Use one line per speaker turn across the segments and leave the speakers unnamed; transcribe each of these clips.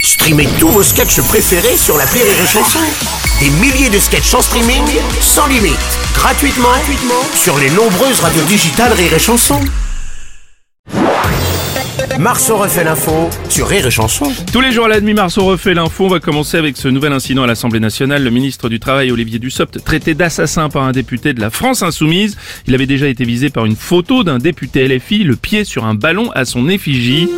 Streamez tous vos sketchs préférés sur la Rire et Chanson. Des milliers de sketchs en streaming, sans limite, gratuitement, gratuitement sur les nombreuses radios digitales Rire et Chanson. Marceau refait l'info sur Rire et Chanson.
Tous les jours à la demi-mars, on refait l'info. On va commencer avec ce nouvel incident à l'Assemblée nationale. Le ministre du Travail, Olivier Dussopt, traité d'assassin par un député de la France insoumise. Il avait déjà été visé par une photo d'un député LFI, le pied sur un ballon à son effigie.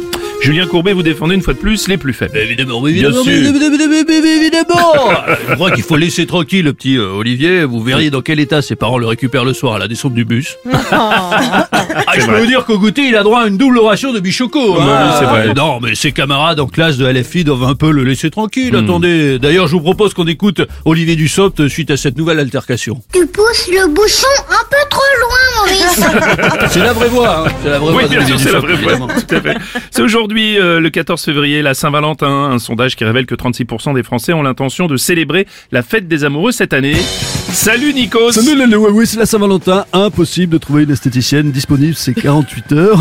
Julien Courbet, vous défendez une fois de plus les plus faibles.
Euh, Évidemment, oui, évidemment,
sûr.
oui, évidemment, oui, évidemment, oui, évidemment. Je crois qu'il faut laisser tranquille le petit euh, Olivier. Vous verriez dans quel état ses parents le récupèrent le soir à la descente du bus. Ah, je peux vous dire qu'au goûter, il a droit à une double ration de bichoco.
oui, c'est vrai.
Non, mais ses camarades en classe de LFI doivent un peu le laisser tranquille. Attendez, d'ailleurs, je vous propose qu'on écoute Olivier Dussopt suite à cette nouvelle altercation.
Tu pousses le bouchon un peu trop loin, Maurice.
C'est la vraie voix. hein. C'est la vraie
Oui,
voix
bien sûr,
d'Olivier
c'est la
Dussopt,
vraie
évidemment.
voix, tout à fait. C'est aujourd'hui, euh, le 14 février, la Saint-Valentin, un sondage qui révèle que 36% des Français ont l'intention de célébrer la fête des amoureux cette année. Salut Nikos
Salut les ouais, oui, c'est la Saint-Valentin. Impossible de trouver une esthéticienne disponible, c'est 48 heures.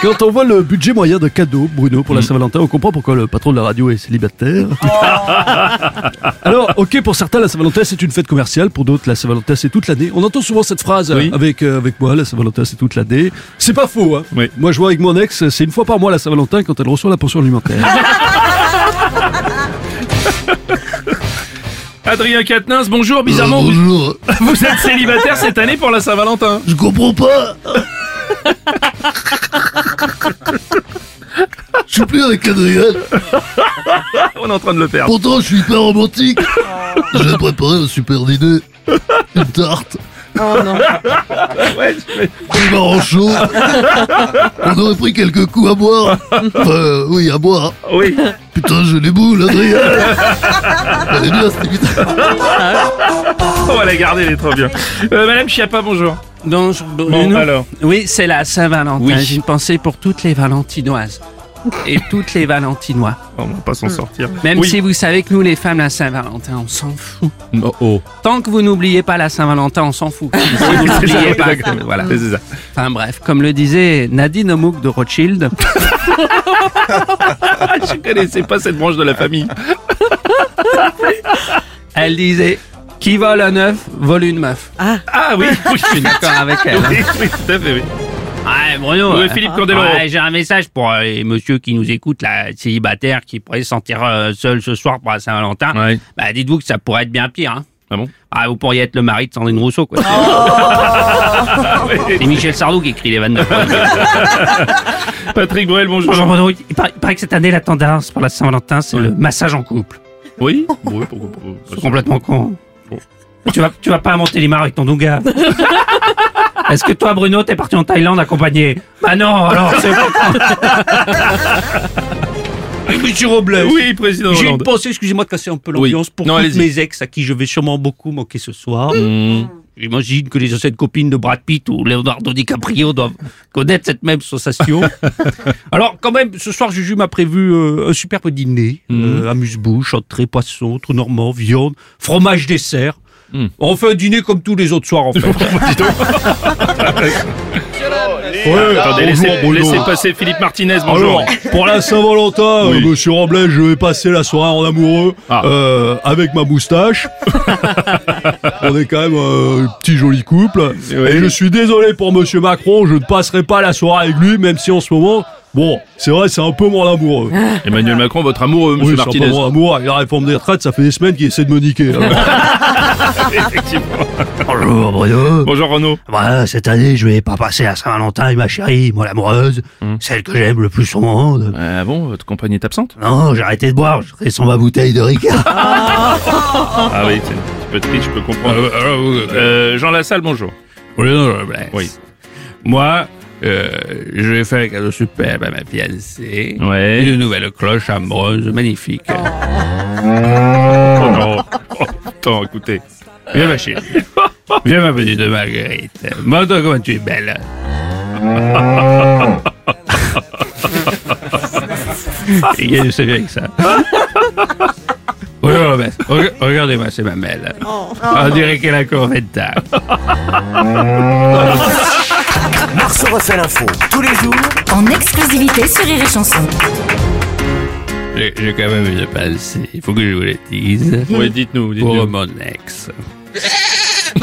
Quand on voit le budget moyen de cadeaux, Bruno,
Mm.
pour la Saint-Valentin, on comprend pourquoi le patron de la radio est célibataire.
Oh.
Alors, ok, pour certains, la Saint-Valentin, c'est une fête commerciale. Pour d'autres, la Saint-Valentin, c'est toute l'année. On entend souvent cette phrase
Oui.
euh, avec, euh, avec moi, la Saint-Valentin, c'est toute l'année. C'est pas faux, hein.
Oui.
Moi, je vois avec mon ex, c'est une fois par mois la Saint-Valentin quand elle reçoit la pension alimentaire.
Ah, Adrien Quatennens, bonjour, bizarrement, vous,
Bonjour,
vous êtes célibataire cette année pour la Saint-Valentin.
Oh, je comprends pas. Je suis plus avec Adrien,
On est en train de le perdre.
pourtant je suis hyper romantique. J'ai préparé un super dîner, une tarte,
Ouais, mais-
un marron chaud. On aurait pris quelques coups à boire. Enfin, euh, oui, à boire.
oui.
Putain, je les boule, Adrien. Elle est bien, cette imitation.
On va la garder, elle est trop bien. Euh, Madame Chiappa, bonjour.
Donc,
Bon,
Bruno-
alors.
Oui, c'est la Saint-Valentin.
Oui.
J'ai une pensée pour toutes les Valentinoises. Et toutes les Valentinois.
Oh, on va pas s'en sortir.
Même
Oui.
si vous savez que nous, les femmes, la Saint-Valentin, on s'en fout.
Oh, oh.
Tant que vous n'oubliez pas la Saint-Valentin, on s'en fout. Si vous
C'est ça,
n'oubliez pas.
exactement.
Voilà.
C'est ça.
Enfin bref, comme le disait Nadine Omouk de Rothschild,
Ah, je connaissais pas cette branche de la famille.
elle disait Qui vole un œuf, vole une meuf.
Ah oui, oui, je suis
D'accord avec elle. hein.
Oui, oui, tout à fait, oui.
Ouais, Bruno.
Oui,
euh,
Philippe Candeloro.
ouais, J'ai un message pour euh, les messieurs qui nous écoutent, là, célibataires, qui pourraient se sentir euh, seuls ce soir pour la Saint-Valentin.
Ouais.
Bah, dites-vous que ça pourrait être bien pire. Hein.
Ah bon
Ah, vous pourriez être le mari de Sandrine Rousseau, quoi. C'est Michel Sardou qui écrit les vannes de
Patrick Bruel, bonjour.
Bonjour Bruno, il paraît, il paraît que cette année, la tendance pour la Saint-Valentin, c'est le massage en couple.
Oui, oui, pourquoi pas.
C'est complètement con. hein. Tu vas, tu vas pas inventer les mares avec ton douga. Est-ce que toi, Bruno, t'es parti en Thaïlande accompagné Bah non, alors c'est pas con.
Monsieur Robles.
Oui, président
J'ai une
Hollande.
pensée, excusez-moi de casser un peu
Oui.
l'ambiance, pour
Non,
toutes
allez-y.
mes ex à qui je vais sûrement beaucoup manquer ce soir.
Mm.
J'imagine que les anciennes copines de Brad Pitt ou Leonardo DiCaprio doivent connaître cette même sensation. Alors quand même, ce soir, Juju m'a prévu euh, un superbe dîner.
Mm.
Euh, Amuse-bouche, entrée, poisson, trou normand, viande, fromage, dessert.
Mm.
On fait un dîner comme tous les autres soirs en fait.
Ouais, attendez, laissez, laissez passer Philippe Martinez, bonjour.
Alors, pour la Saint-Valentin,
Oui.
euh, monsieur Robles, je vais passer la soirée en amoureux
Ah.
euh, avec ma moustache. On est quand même euh, un petit joli couple.
Ouais.
Et je suis désolé pour monsieur Macron, je ne passerai pas la soirée avec lui, même si en ce moment, bon, c'est vrai, c'est un peu mon amoureux.
Emmanuel Macron, votre amoureux, Ah. monsieur
Oui, c'est un
Martinez.
peu mon amoureux. Et la réforme des retraites, ça fait des semaines qu'il essaie de me niquer. alors.
Effectivement.
Bonjour, Bruno.
Bonjour Renaud.
Voilà, cette année, je vais pas passer la Saint-Valentin avec ma chérie, moi l'amoureuse,
Hmm.
celle que j'aime le plus au monde.
Ah bon, votre compagne est absente
Non, j'ai arrêté de boire, je serai sans ma bouteille de Ricard.
Ah oui, c'est un petit peu triste, je peux comprendre.
Ah,
Euh, Jean Lassalle, bonjour. Oui.
Moi, euh, je vais faire un cadeau superbe à ma fiancée.
Ouais.
Une nouvelle cloche en bronze magnifique.
Oh non. Oh, attends, écoutez.
Viens ma chérie. Viens ma petite Marguerite. Montre comment tu es belle. Il y a du sérieux avec ça. Bonjour Robert. Reg- Regardez-moi, c'est ma belle. On
Ah,
dirait qu'elle a encore 20 ans.
Marceau refait l'info tous les jours
en exclusivité sur Rire et Chanson.
J'ai j'ai quand même une pensée. Il faut que je vous la dise.
Oui, dites-nous,
Pour euh,
dites-nous.
mon ex.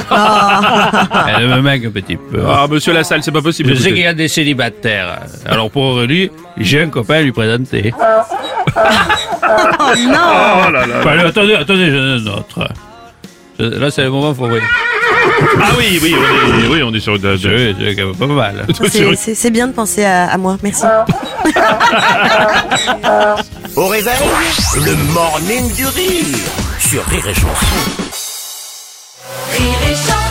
Elle me manque un petit peu.
Ah, monsieur Lassalle, c'est pas possible.
Je sais qu'il
écoutez.
y a des célibataires. Alors pour lui, j'ai un copain à lui présenter. Oh, Bah, allez, attendez, attendez, j'en ai un autre. Je- Là, c'est le moment pour oui.
Ah oui, oui, on est, oui, on est sur de- de-
Je je- quand même pas mal.
C'est- C'est c'est bien de penser à, à moi, merci.
Au réveil, le morning du rire sur Rire et Chanson.
Rire et chanson.